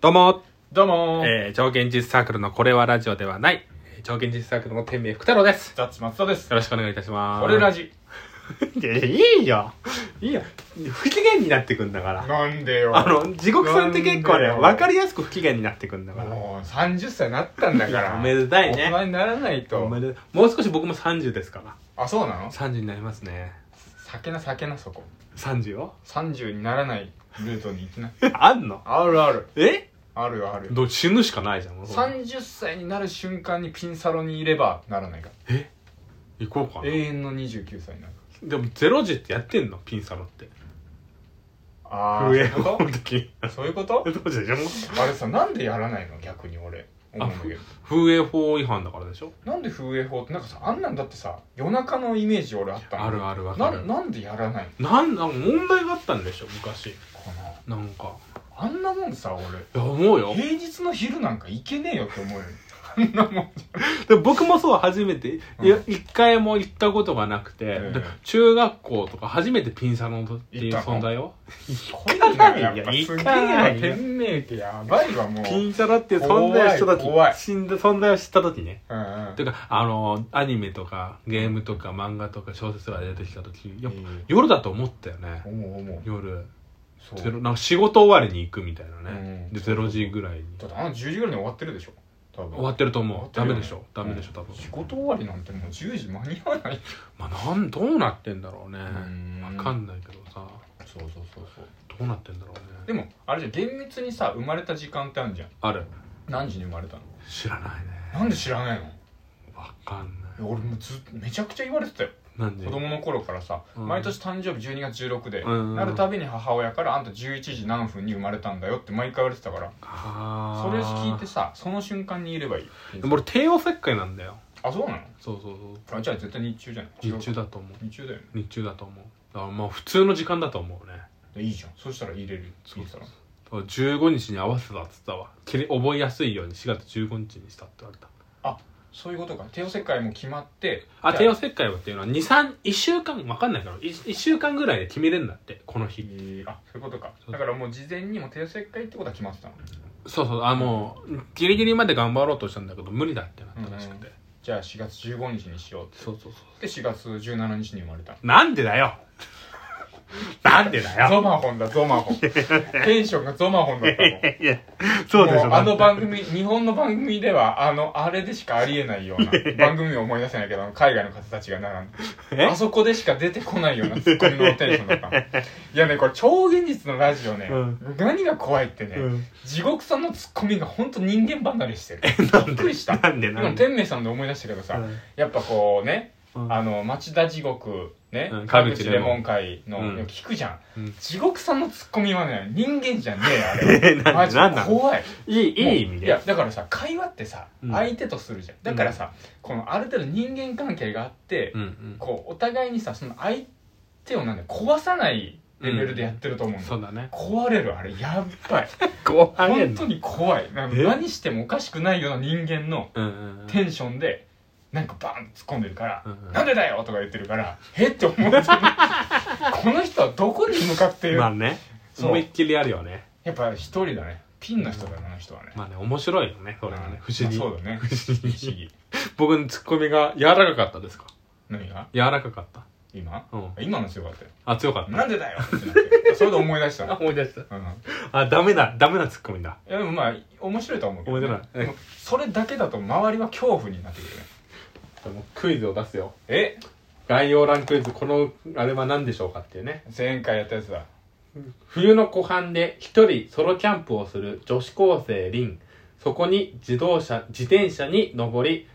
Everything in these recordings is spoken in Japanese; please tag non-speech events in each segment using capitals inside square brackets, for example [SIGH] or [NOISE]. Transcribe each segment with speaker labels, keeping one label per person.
Speaker 1: どうも、
Speaker 2: どうもー、
Speaker 1: えー、超現実サークルのこれはラジオではない、えー超現実サークルの天命福太郎です。
Speaker 2: ザッツ松田です
Speaker 1: よ。ろしくお願いいたします。
Speaker 2: 俺ラジ。
Speaker 1: いやいやいいよ。いいよ。不機嫌になってくんだから。
Speaker 2: なんで
Speaker 1: [LAUGHS]
Speaker 2: よ。
Speaker 1: あの、地獄さんって結構ね、
Speaker 2: なんでよ
Speaker 1: わかりやすく不機嫌になってくんだから。
Speaker 2: もう30歳になったんだから。
Speaker 1: おめでたいね
Speaker 2: 大人にならない
Speaker 1: お
Speaker 2: と
Speaker 1: め。でもう少し僕も30ですから。
Speaker 2: あ、そうなの
Speaker 1: 30になりますね。
Speaker 2: 酒な酒なそこ。
Speaker 1: 30を
Speaker 2: 30にならないルートに行きな。
Speaker 1: あんの
Speaker 2: あるある。
Speaker 1: え
Speaker 2: あるよあるよ。
Speaker 1: どう死ぬしかないじゃん。もう
Speaker 2: 30歳になる瞬間にピンサロにいればならないか。
Speaker 1: 行こうからな。
Speaker 2: 永遠の29歳になる。
Speaker 1: でも0時ってやってんのピンサロって。
Speaker 2: あー、そう
Speaker 1: 上
Speaker 2: いうこ
Speaker 1: の時。
Speaker 2: とそういうこ
Speaker 1: [LAUGHS]
Speaker 2: と
Speaker 1: どうでしょ
Speaker 2: あれさ、なんでやらないの逆に俺。思うんだけど。
Speaker 1: 風営法違反だからでしょ
Speaker 2: なんで風営法ってなんかさ、あんなんだってさ、夜中のイメージ俺あったの
Speaker 1: あるあるわか
Speaker 2: な
Speaker 1: る。
Speaker 2: なんでやらないの
Speaker 1: なんだ、問題があったんでしょ昔。
Speaker 2: かな
Speaker 1: なんか。
Speaker 2: あんなもんさ俺
Speaker 1: いや、思うよ。
Speaker 2: 平日の昼なんか行けねえよっ
Speaker 1: [LAUGHS]
Speaker 2: て思うよ
Speaker 1: で僕もそう、初めて、
Speaker 2: うん
Speaker 1: いや一回も行ったことがなくて、
Speaker 2: ええ
Speaker 1: で中学校とか初めてピンサロンっていう
Speaker 2: 行ったの
Speaker 1: 存在を。
Speaker 2: 行
Speaker 1: かないよ
Speaker 2: やっぱ
Speaker 1: 行
Speaker 2: すげえ
Speaker 1: かな
Speaker 2: ない
Speaker 1: よ
Speaker 2: 天命ってやばいわもう
Speaker 1: ピンサロ [LAUGHS] っていう存在を知った時、
Speaker 2: 怖い怖い
Speaker 1: 死んだ存在を知った時ね。
Speaker 2: うんうん
Speaker 1: ていうか、あの、アニメとか、ゲームとか、漫画とか、小説が出てきた時、やっぱ
Speaker 2: いい
Speaker 1: 夜だと思ったよね。
Speaker 2: 思う思う
Speaker 1: 夜。
Speaker 2: そう
Speaker 1: ゼロなんか仕事終わりに行くみたいなね。
Speaker 2: うん
Speaker 1: で、0時ぐらいに。
Speaker 2: だってあの10時ぐらいに終わってるでしょ多分
Speaker 1: 終わってると思う。ダ
Speaker 2: 終わって
Speaker 1: メ
Speaker 2: るよね
Speaker 1: でしょ。ダメでしょ、多分。
Speaker 2: 仕事終わりなんてもう10時間に合わない
Speaker 1: まあ、なん、どうなってんだろうね。
Speaker 2: ん
Speaker 1: わかんないけどさ、
Speaker 2: そうそうそうそう
Speaker 1: どうなってんだろうね。
Speaker 2: でもあれじゃん厳密にさ生まれた時間ってあるじゃん
Speaker 1: ある。
Speaker 2: 何時に生まれたの
Speaker 1: 知らないね。
Speaker 2: なんで知らないのい
Speaker 1: わかんない。
Speaker 2: や俺もうずっとめちゃくちゃ言われてたよ
Speaker 1: なんで
Speaker 2: 子供の頃からさ、
Speaker 1: うん
Speaker 2: 毎年誕生日12月16で、
Speaker 1: うん
Speaker 2: なるたびに母親から「あんた11時何分に生まれたんだよ」って毎回言われてたから
Speaker 1: あ
Speaker 2: それ聞いて
Speaker 1: て
Speaker 2: さその瞬間にいればいい
Speaker 1: でも俺、帝王切開なんだよ。
Speaker 2: あそうなの
Speaker 1: そうそうそう。
Speaker 2: あじゃあ絶対日中じゃない
Speaker 1: 日中だと思う。
Speaker 2: 日中だよね
Speaker 1: 日中だと思う。だからまあ、普通の時間だと思うね。
Speaker 2: でいいじゃんそしたら入れるよ
Speaker 1: そう
Speaker 2: いいから
Speaker 1: 15日に合わせたっつったわ。きれ覚えやすいように4月15日にしたって言われた。
Speaker 2: そういうことか帝王切開も決まって
Speaker 1: あ、
Speaker 2: じゃ
Speaker 1: 帝王切開はっていうのは、2、3、1週間、わかんないから、1週間ぐらいで決めれるんだって、この
Speaker 2: え
Speaker 1: 日。
Speaker 2: ーあそういうことか
Speaker 1: そう
Speaker 2: だからもう事前にもう帝王切開ってことは決まってたの
Speaker 1: そうそう、あ、もう、ギリギリまで頑張ろうとしたんだけど、無理だってなったらしくて。
Speaker 2: じゃあ4月15日にしようって
Speaker 1: そうそうそ
Speaker 2: で4月17日に生まれた
Speaker 1: う。なんでだよなんでだよ
Speaker 2: ゾマホンだゾマホンテンションがゾマホンだったもん
Speaker 1: いや、そうでし
Speaker 2: もうあの
Speaker 1: ょ。
Speaker 2: 番組、日本の番組では、あの、あれでしかありえないような番組を思い出せないけど、海外の方たちが並ん
Speaker 1: え
Speaker 2: で、あそこでしか出てこないようなツッコミのテンションだ
Speaker 1: [LAUGHS]
Speaker 2: ったの。いやね、これ超現実のラジオね、
Speaker 1: う
Speaker 2: 何が怖いってね、
Speaker 1: うん
Speaker 2: 地獄さんのツッコミが本当人間離れしてる。びっくりした。
Speaker 1: なんでなんで
Speaker 2: 天明さんで思い出したけどさ、
Speaker 1: うん
Speaker 2: やっぱこうね、
Speaker 1: うん
Speaker 2: あの、町田地獄、ね
Speaker 1: うん、
Speaker 2: 川
Speaker 1: 川口
Speaker 2: 口
Speaker 1: レ
Speaker 2: レ
Speaker 1: モ
Speaker 2: モ
Speaker 1: ン
Speaker 2: ン会の、
Speaker 1: うん
Speaker 2: 聞くじゃん,、
Speaker 1: うん
Speaker 2: 地獄さんのツッコミはね、人間じゃねえ、あれ
Speaker 1: [LAUGHS] 。なんで
Speaker 2: マジ
Speaker 1: なんなの
Speaker 2: 怖い。
Speaker 1: いい、いい意味
Speaker 2: い
Speaker 1: で。
Speaker 2: やだからさ会話ってさ、
Speaker 1: うん
Speaker 2: 相手とするじゃんだからさ、このある程度人間関係があって、
Speaker 1: うんうん。
Speaker 2: こうお互いにさその相手をなんだ壊さないレベルでやってると思うんだ、
Speaker 1: そうだね。
Speaker 2: 壊れるあれやっば
Speaker 1: [LAUGHS]
Speaker 2: い
Speaker 1: 怖
Speaker 2: 本当に怖いなんか
Speaker 1: え
Speaker 2: 何してもおかしくないような人間の
Speaker 1: うんうんうん。
Speaker 2: テンションでなんかバーンって突っ込んでるから、
Speaker 1: うんうん
Speaker 2: なんでだよとか言ってるからえって思っ
Speaker 1: [LAUGHS]
Speaker 2: てるこの人はどこに向かっている、
Speaker 1: まあね。
Speaker 2: そう
Speaker 1: 思いっきりやるよね。
Speaker 2: やっぱ一人だねピンの人だねあの人はね、
Speaker 1: まあね、面白いよね、それはね。不思議
Speaker 2: まあ。そうだね
Speaker 1: 不思議
Speaker 2: 不思議
Speaker 1: 僕のツッコミが柔らかかったですか
Speaker 2: 何が
Speaker 1: 柔らかかった。
Speaker 2: 今
Speaker 1: うん。
Speaker 2: 今の強かったよ
Speaker 1: あ、強かった。
Speaker 2: なんでだよってなってそれで思い出した
Speaker 1: あ、
Speaker 2: の、
Speaker 1: 思い出した。
Speaker 2: うん、い
Speaker 1: あ、ダメだ。ダメなツッコミだ。
Speaker 2: やでもまあ面白いとは思うけど、
Speaker 1: 面白い
Speaker 2: でもそれだけだと周りは恐怖になってくるね
Speaker 1: クイズを出すよ。
Speaker 2: え
Speaker 1: 概要欄クイズ、この、あれは何でしょうかっていうね。
Speaker 2: 前回やったやつだ
Speaker 1: 冬の湖畔で一人ソロキャンプをする女子高生リン。そこに自動車、自転車に登り、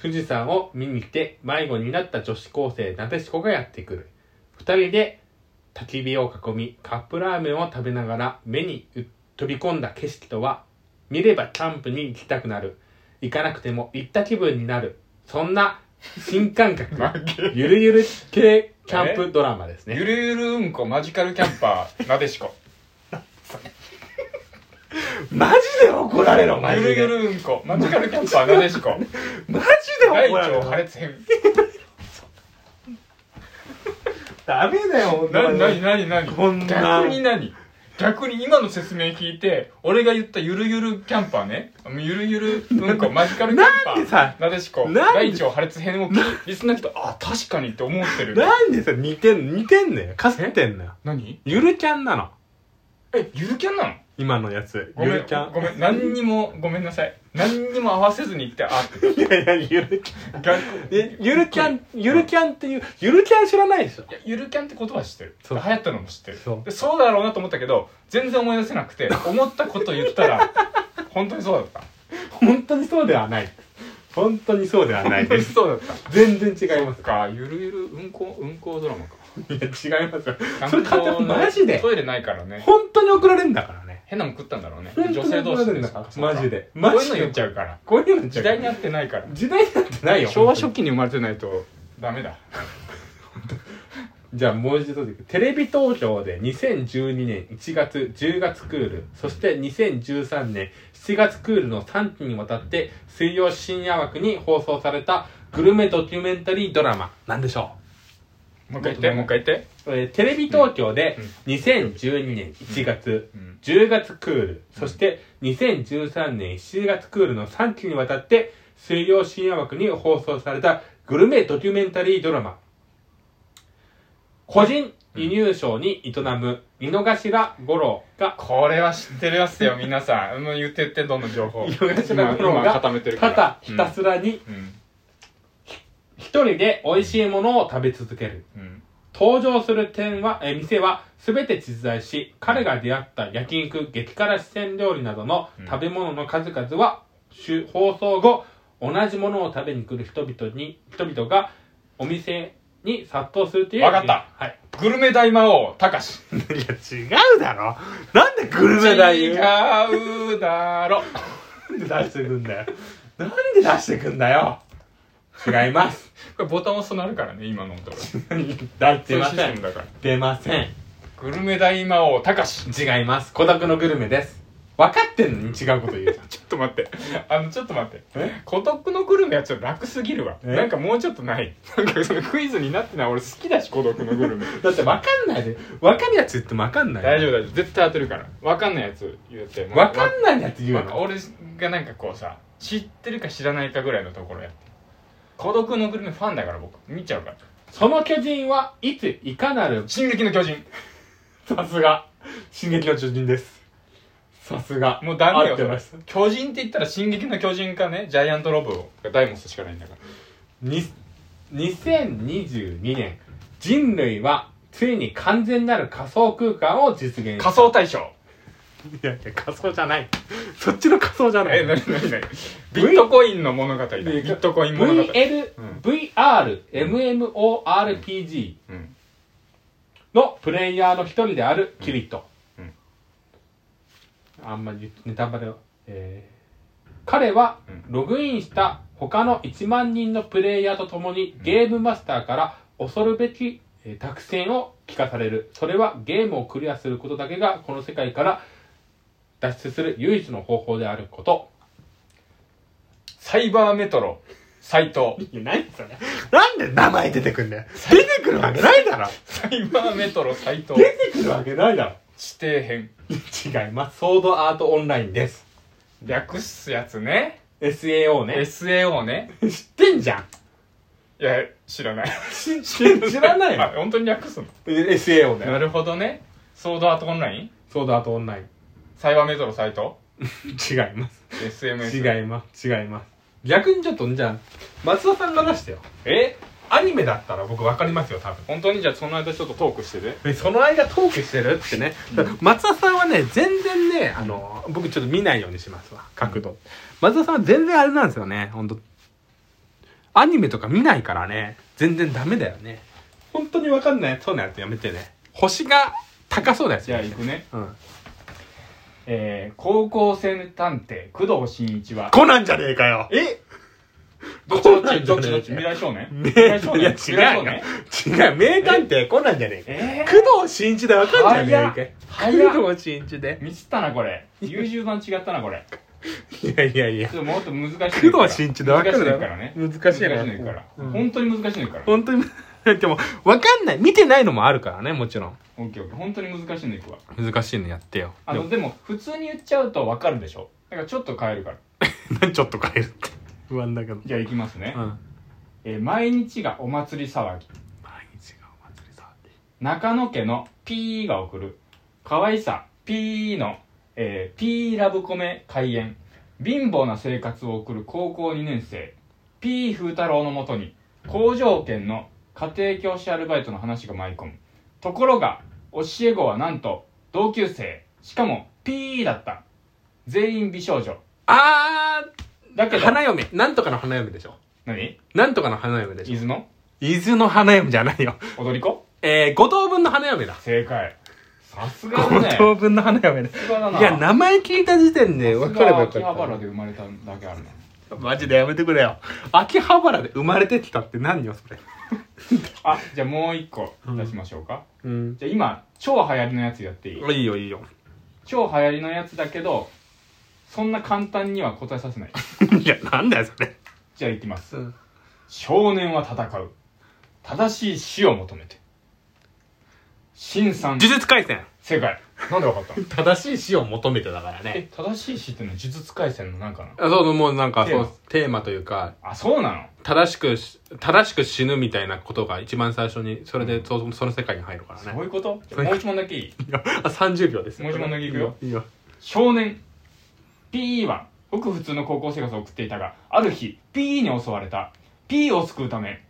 Speaker 1: 富士山を見に来て迷子になった女子高生なでしこがやってくる。二人で焚き火を囲み、カップラーメンを食べながら目に飛び込んだ景色とは、見ればキャンプに行きたくなる。行かなくても行った気分になる。そんな新感 [LAUGHS] 覚、ゆるゆる系キャンプドラマですね。
Speaker 2: ゆるゆるうんこマジカルキャンパーなでしこ
Speaker 1: マジで怒られろ、マ
Speaker 2: ゆ
Speaker 1: ジ
Speaker 2: る
Speaker 1: で。
Speaker 2: ゆるうんこマジカルキャンパーなでしこ
Speaker 1: マジで [LAUGHS]
Speaker 2: 大
Speaker 1: 怒られ
Speaker 2: 腸
Speaker 1: ろ。
Speaker 2: 破裂編
Speaker 1: ダメだよ、
Speaker 2: なになに
Speaker 1: な
Speaker 2: なになに
Speaker 1: こんな
Speaker 2: 逆に何逆に今の説明聞いて、俺が言ったゆるゆるキャンパーね、ゆるゆるうんこマジカルキャンパー。
Speaker 1: なんでさ
Speaker 2: なでしこ、
Speaker 1: なんで
Speaker 2: 大腸破裂編を聞き、リスナーの人、あ、確かにって思ってる。
Speaker 1: なんでさ、似てん、似てんねよ。かすってんのよ。
Speaker 2: 何
Speaker 1: ゆるキャンなの。
Speaker 2: え、ゆるキャンなの
Speaker 1: 今のやつ。
Speaker 2: ご
Speaker 1: ゆ
Speaker 2: め
Speaker 1: る
Speaker 2: ん
Speaker 1: キャ、ン。
Speaker 2: ごめん、何にも、ごめんなさい。何にも合わせずに言って、あって。
Speaker 1: いやいや、ゆるキャン。
Speaker 2: 逆
Speaker 1: え、ゆるキャン、ゆるキャンっていう、ゆるキャン知らないでしょ
Speaker 2: い。やゆるキャンって言葉は知ってる
Speaker 1: そ
Speaker 2: 流
Speaker 1: う
Speaker 2: 行ったのも知ってる
Speaker 1: そう
Speaker 2: でそうだろうなと思ったけど全然思い出せなくて思ったこと言った
Speaker 1: [LAUGHS]
Speaker 2: ら本当にそうだった
Speaker 1: 本当にそうではない。本当にそうではないです。
Speaker 2: そうだった
Speaker 1: 全然違います。
Speaker 2: かゆるゆるうんこうんこドラマか
Speaker 1: いや、違いますよ。 [LAUGHS] それ完全にマジで。
Speaker 2: トイレないからね
Speaker 1: 本当に送られるんだからね。
Speaker 2: 変なもん食ったんだろうね
Speaker 1: 本当に
Speaker 2: 女性同士で
Speaker 1: 怒られるんだ
Speaker 2: そうか
Speaker 1: マジで
Speaker 2: こう
Speaker 1: マ
Speaker 2: いう
Speaker 1: ジ
Speaker 2: の
Speaker 1: で
Speaker 2: 言っちゃうから
Speaker 1: こういうの
Speaker 2: 時代に合ってないから
Speaker 1: 時代になってないよ。
Speaker 2: 昭和初期に生まれてないとダメだ
Speaker 1: じゃあもう一度でテレビ東京で2012年1月10月クールそして2013年7月クールの3期にわたって水曜深夜枠に放送されたグルメドキュメンタリードラマなんでしょ
Speaker 2: もう一回言ってもう一回言って
Speaker 1: う、えーテレビ東京で
Speaker 2: うん
Speaker 1: 2012年1月
Speaker 2: うん
Speaker 1: 10月クールそして2013年7月クールの3期にわたって水曜深夜枠に放送されたグルメドキュメンタリードラマ個人輸入商に営む井の頭五郎が
Speaker 2: これは知ってるやつだよ皆さん [LAUGHS] もう言って言ってどんどん情報
Speaker 1: 井の頭五郎
Speaker 2: 今
Speaker 1: が
Speaker 2: 固めてるか
Speaker 1: た
Speaker 2: ら
Speaker 1: だひたすらに
Speaker 2: うん
Speaker 1: 一人で美味しいものを食べ続ける
Speaker 2: うんうん
Speaker 1: 登場する店はえー店は全て実在し彼が出会った焼肉激辛四川料理などの
Speaker 2: うん
Speaker 1: 食べ物の数々は、週放送後同じものを食べに来る人々に人々がお店に殺到するという
Speaker 2: わかった
Speaker 1: はい、
Speaker 2: グルメ大魔王、たかし。
Speaker 1: いや違うだろなんでグル
Speaker 2: 違
Speaker 1: な
Speaker 2: うだろ。 [LAUGHS]
Speaker 1: んで出してくんだよなんで出してくんだよ違います
Speaker 2: これボタン押すとなるからね、今の音が。そう
Speaker 1: [LAUGHS] 出
Speaker 2: い
Speaker 1: ま
Speaker 2: うシ
Speaker 1: せ
Speaker 2: ステム
Speaker 1: ん
Speaker 2: だから。
Speaker 1: 出ません
Speaker 2: グルメ大魔王、たかし。
Speaker 1: 違います孤独のグルメです分かってんのに違うこと言うじゃん
Speaker 2: ちょっと待って。あの、ちょっと待って。
Speaker 1: え
Speaker 2: 孤独のグルメはちょっと楽すぎるわ。
Speaker 1: え
Speaker 2: なんかもうちょっとない。なんかそのクイズになってない。俺好きだし、孤独のグルメ。
Speaker 1: だって分かんないで分かるやつ言っても分かんない
Speaker 2: 大丈夫大丈夫。絶対当てるから。わかんないやつ言って。
Speaker 1: 夫分かんないやつ言う
Speaker 2: なんか
Speaker 1: の
Speaker 2: 俺がなんかこうさ、知ってるか知らないかぐらいのところやって。孤独のグルメファンだから僕。見ちゃうから。
Speaker 1: その巨人はいついかなる
Speaker 2: 進撃の巨人。
Speaker 1: さすが進撃の巨人ですさすが
Speaker 2: もうダメ
Speaker 1: 合
Speaker 2: よ
Speaker 1: ってます
Speaker 2: それ巨人って言ったら「進撃の巨人」かねジャイアントロブがダイモスしかないんだから
Speaker 1: に2022年人類はついに完全なる仮想空間を実現した
Speaker 2: 仮想大賞
Speaker 1: いやいや仮想じゃないそっちの仮想じゃない
Speaker 2: えなになになにビットコインの物語だビットコイン物語、
Speaker 1: VL、
Speaker 2: うん
Speaker 1: VRMMORPG、
Speaker 2: うん、
Speaker 1: のプレイヤーの一人であるキリット、
Speaker 2: うん
Speaker 1: あんまりネタバレを、えー彼は
Speaker 2: うん
Speaker 1: ログインした他の1万人のプレイヤーと共にゲームマスターから恐るべきえー託戦を聞かされるそれはゲームをクリアすることだけがこの世界から脱出する唯一の方法であること
Speaker 2: サイバーメトロ斎藤
Speaker 1: 何それなんで名前出てくんだよ出てくるわけないだろ
Speaker 2: サイバーメトロ斎藤
Speaker 1: 出てくるわけないだろ
Speaker 2: 地底編
Speaker 1: 違いますソードアートオンラインです
Speaker 2: 略すやつね
Speaker 1: SAO ね。
Speaker 2: SAO ね
Speaker 1: 知ってんじゃん。
Speaker 2: いや知らない
Speaker 1: 知らない
Speaker 2: [LAUGHS] あ
Speaker 1: よ。
Speaker 2: 本当に略すの
Speaker 1: SAO だ
Speaker 2: な
Speaker 1: よ。
Speaker 2: るほどねソードアートオンライン
Speaker 1: ソードアートオンライン。
Speaker 2: サイバーメトロ斎藤
Speaker 1: 違います。
Speaker 2: SMS
Speaker 1: 違います。違います。逆にちょっと、じゃあ、松田さんが出してよ。
Speaker 2: え
Speaker 1: アニメだったら僕分かりますよ、多分。
Speaker 2: 本当にじゃあその間ちょっとトークしてて
Speaker 1: えその間トークしてるってね。松田さんはね、全然ね、あの、僕ちょっと見ないようにしますわ、角度。松田さんは全然あれなんですよね、ほんと。アニメとか見ないからね、全然ダメだよね。本当に分かんない。そうなやつやめてね。星が高そうなやつ
Speaker 2: じゃあ行くね
Speaker 1: うん。
Speaker 2: えー、高校生探偵工藤新一は
Speaker 1: コナンじゃねえかよ
Speaker 2: えど
Speaker 1: ど
Speaker 2: っ
Speaker 1: っ
Speaker 2: ち
Speaker 1: ち
Speaker 2: ど
Speaker 1: ど
Speaker 2: っ
Speaker 1: っ
Speaker 2: ち
Speaker 1: ち
Speaker 2: ど
Speaker 1: ど
Speaker 2: っ
Speaker 1: っちどっち
Speaker 2: ちどっち未来少年
Speaker 1: 名
Speaker 2: [LAUGHS] 未来少
Speaker 1: いや
Speaker 2: 年未来
Speaker 1: 違
Speaker 2: 少
Speaker 1: うよ
Speaker 2: 年。
Speaker 1: 違う、名探偵コナンじゃねえ
Speaker 2: え
Speaker 1: か。工藤新一で分かんじゃねえか
Speaker 2: 早っ
Speaker 1: よ。工藤新一で
Speaker 2: ー、。ミスったなこれ優柔版違ったなこれ
Speaker 1: いやいやいや
Speaker 2: ち。ょっともっと難しい
Speaker 1: 工藤新一で分かる
Speaker 2: 難しい
Speaker 1: だろ
Speaker 2: からね
Speaker 1: 難しいな
Speaker 2: 難しいから、
Speaker 1: うん
Speaker 2: 本当に難しいから
Speaker 1: 本当に [LAUGHS] でも、わかんない。見てないのもあるからね、もちろん。
Speaker 2: オッケーオッケー本当に難しいのいくわ
Speaker 1: 難しいのやってよ。
Speaker 2: あのでも普通に言っちゃうと分かるでしょだからちょっと変えるから
Speaker 1: でもちょっと変えるって。不安だけど。
Speaker 2: じゃあいきますね、
Speaker 1: うん。
Speaker 2: えー毎日がお祭り騒ぎ
Speaker 1: 毎日がお祭りさ。
Speaker 2: 中野家のピーが送る可愛さピーの、えーピーラブコメ開演貧乏な生活を送る高校2年生ピー風太郎のもとに工場圏の家庭教師アルバイトの話が舞い込むところが教え子はなんと同級生しかもピーだった全員美少女
Speaker 1: あ
Speaker 2: だけ
Speaker 1: ー
Speaker 2: ど
Speaker 1: 花嫁。なんとかの花嫁でしょ。
Speaker 2: 何
Speaker 1: なんとかの花嫁でしょ。
Speaker 2: 伊豆の
Speaker 1: 伊豆の花嫁じゃないよ。
Speaker 2: 踊り子
Speaker 1: えー、五等分の花嫁だ。
Speaker 2: 正解さすがだ
Speaker 1: 五
Speaker 2: ね
Speaker 1: 等分の花嫁だ。
Speaker 2: さすがだない
Speaker 1: や、名前聞いた時点で
Speaker 2: さ
Speaker 1: 分
Speaker 2: す
Speaker 1: かれば
Speaker 2: が
Speaker 1: よか
Speaker 2: 秋葉原
Speaker 1: っ
Speaker 2: で生まれただけあるね
Speaker 1: た。マジでやめてくれよ。秋葉原で生まれてきたって何よ、それ。
Speaker 2: あじゃあもう一個出しましょうか、
Speaker 1: うん。
Speaker 2: じゃあ今超流行りのやつやっていい
Speaker 1: いいよ、いい [LAUGHS] よ。
Speaker 2: 超流行りのやつだけどそんな簡単には答えさせない
Speaker 1: いや、なんだよ、それ。
Speaker 2: じゃあいきます
Speaker 1: うん。
Speaker 2: 少年は戦う正しい死を求めて新さん
Speaker 1: 呪術廻戦。
Speaker 2: 正解なんでわかった
Speaker 1: 正しい死を求めてだから
Speaker 2: え。正しい死ってのは呪術廻戦のなんかな
Speaker 1: あそう、もうなんか、
Speaker 2: テー
Speaker 1: そ
Speaker 2: マ
Speaker 1: う、テーマというか、
Speaker 2: あそうなの
Speaker 1: 正しくし、正しく死ぬみたいなことが一番最初に、それで、そその世界に入るから
Speaker 2: そう
Speaker 1: ね。
Speaker 2: いうことじゃあもう一問だけいい
Speaker 1: いやあ、30秒ですよ。
Speaker 2: もう一問だけいくよ
Speaker 1: いいよ。
Speaker 2: 少年 PE はごく普通の高校生活を送っていたがある日 PE に襲われた P を救うため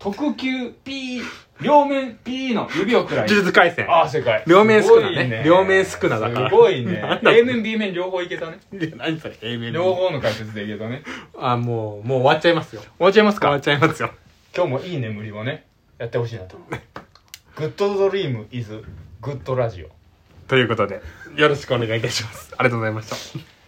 Speaker 2: 特急 P 両面 P の指をくらい
Speaker 1: 呪術廻戦。
Speaker 2: ああ正解
Speaker 1: 両面宿儺ね
Speaker 2: すごい
Speaker 1: 両面宿儺だから
Speaker 2: すごいね
Speaker 1: [LAUGHS] なんだ
Speaker 2: A 面 B 面両方いけたね
Speaker 1: いや何それ、A 面
Speaker 2: 両方の解説でいけたね
Speaker 1: あ、もう、もう終わっちゃいますよ。
Speaker 2: 終わっちゃいます
Speaker 1: 終わっちゃいますよ。
Speaker 2: 今日もいい眠りをねやってほしいなとグッドドリームイズグッドラジオ
Speaker 1: ということで、よろしくお願いいたします。ありがとうございました。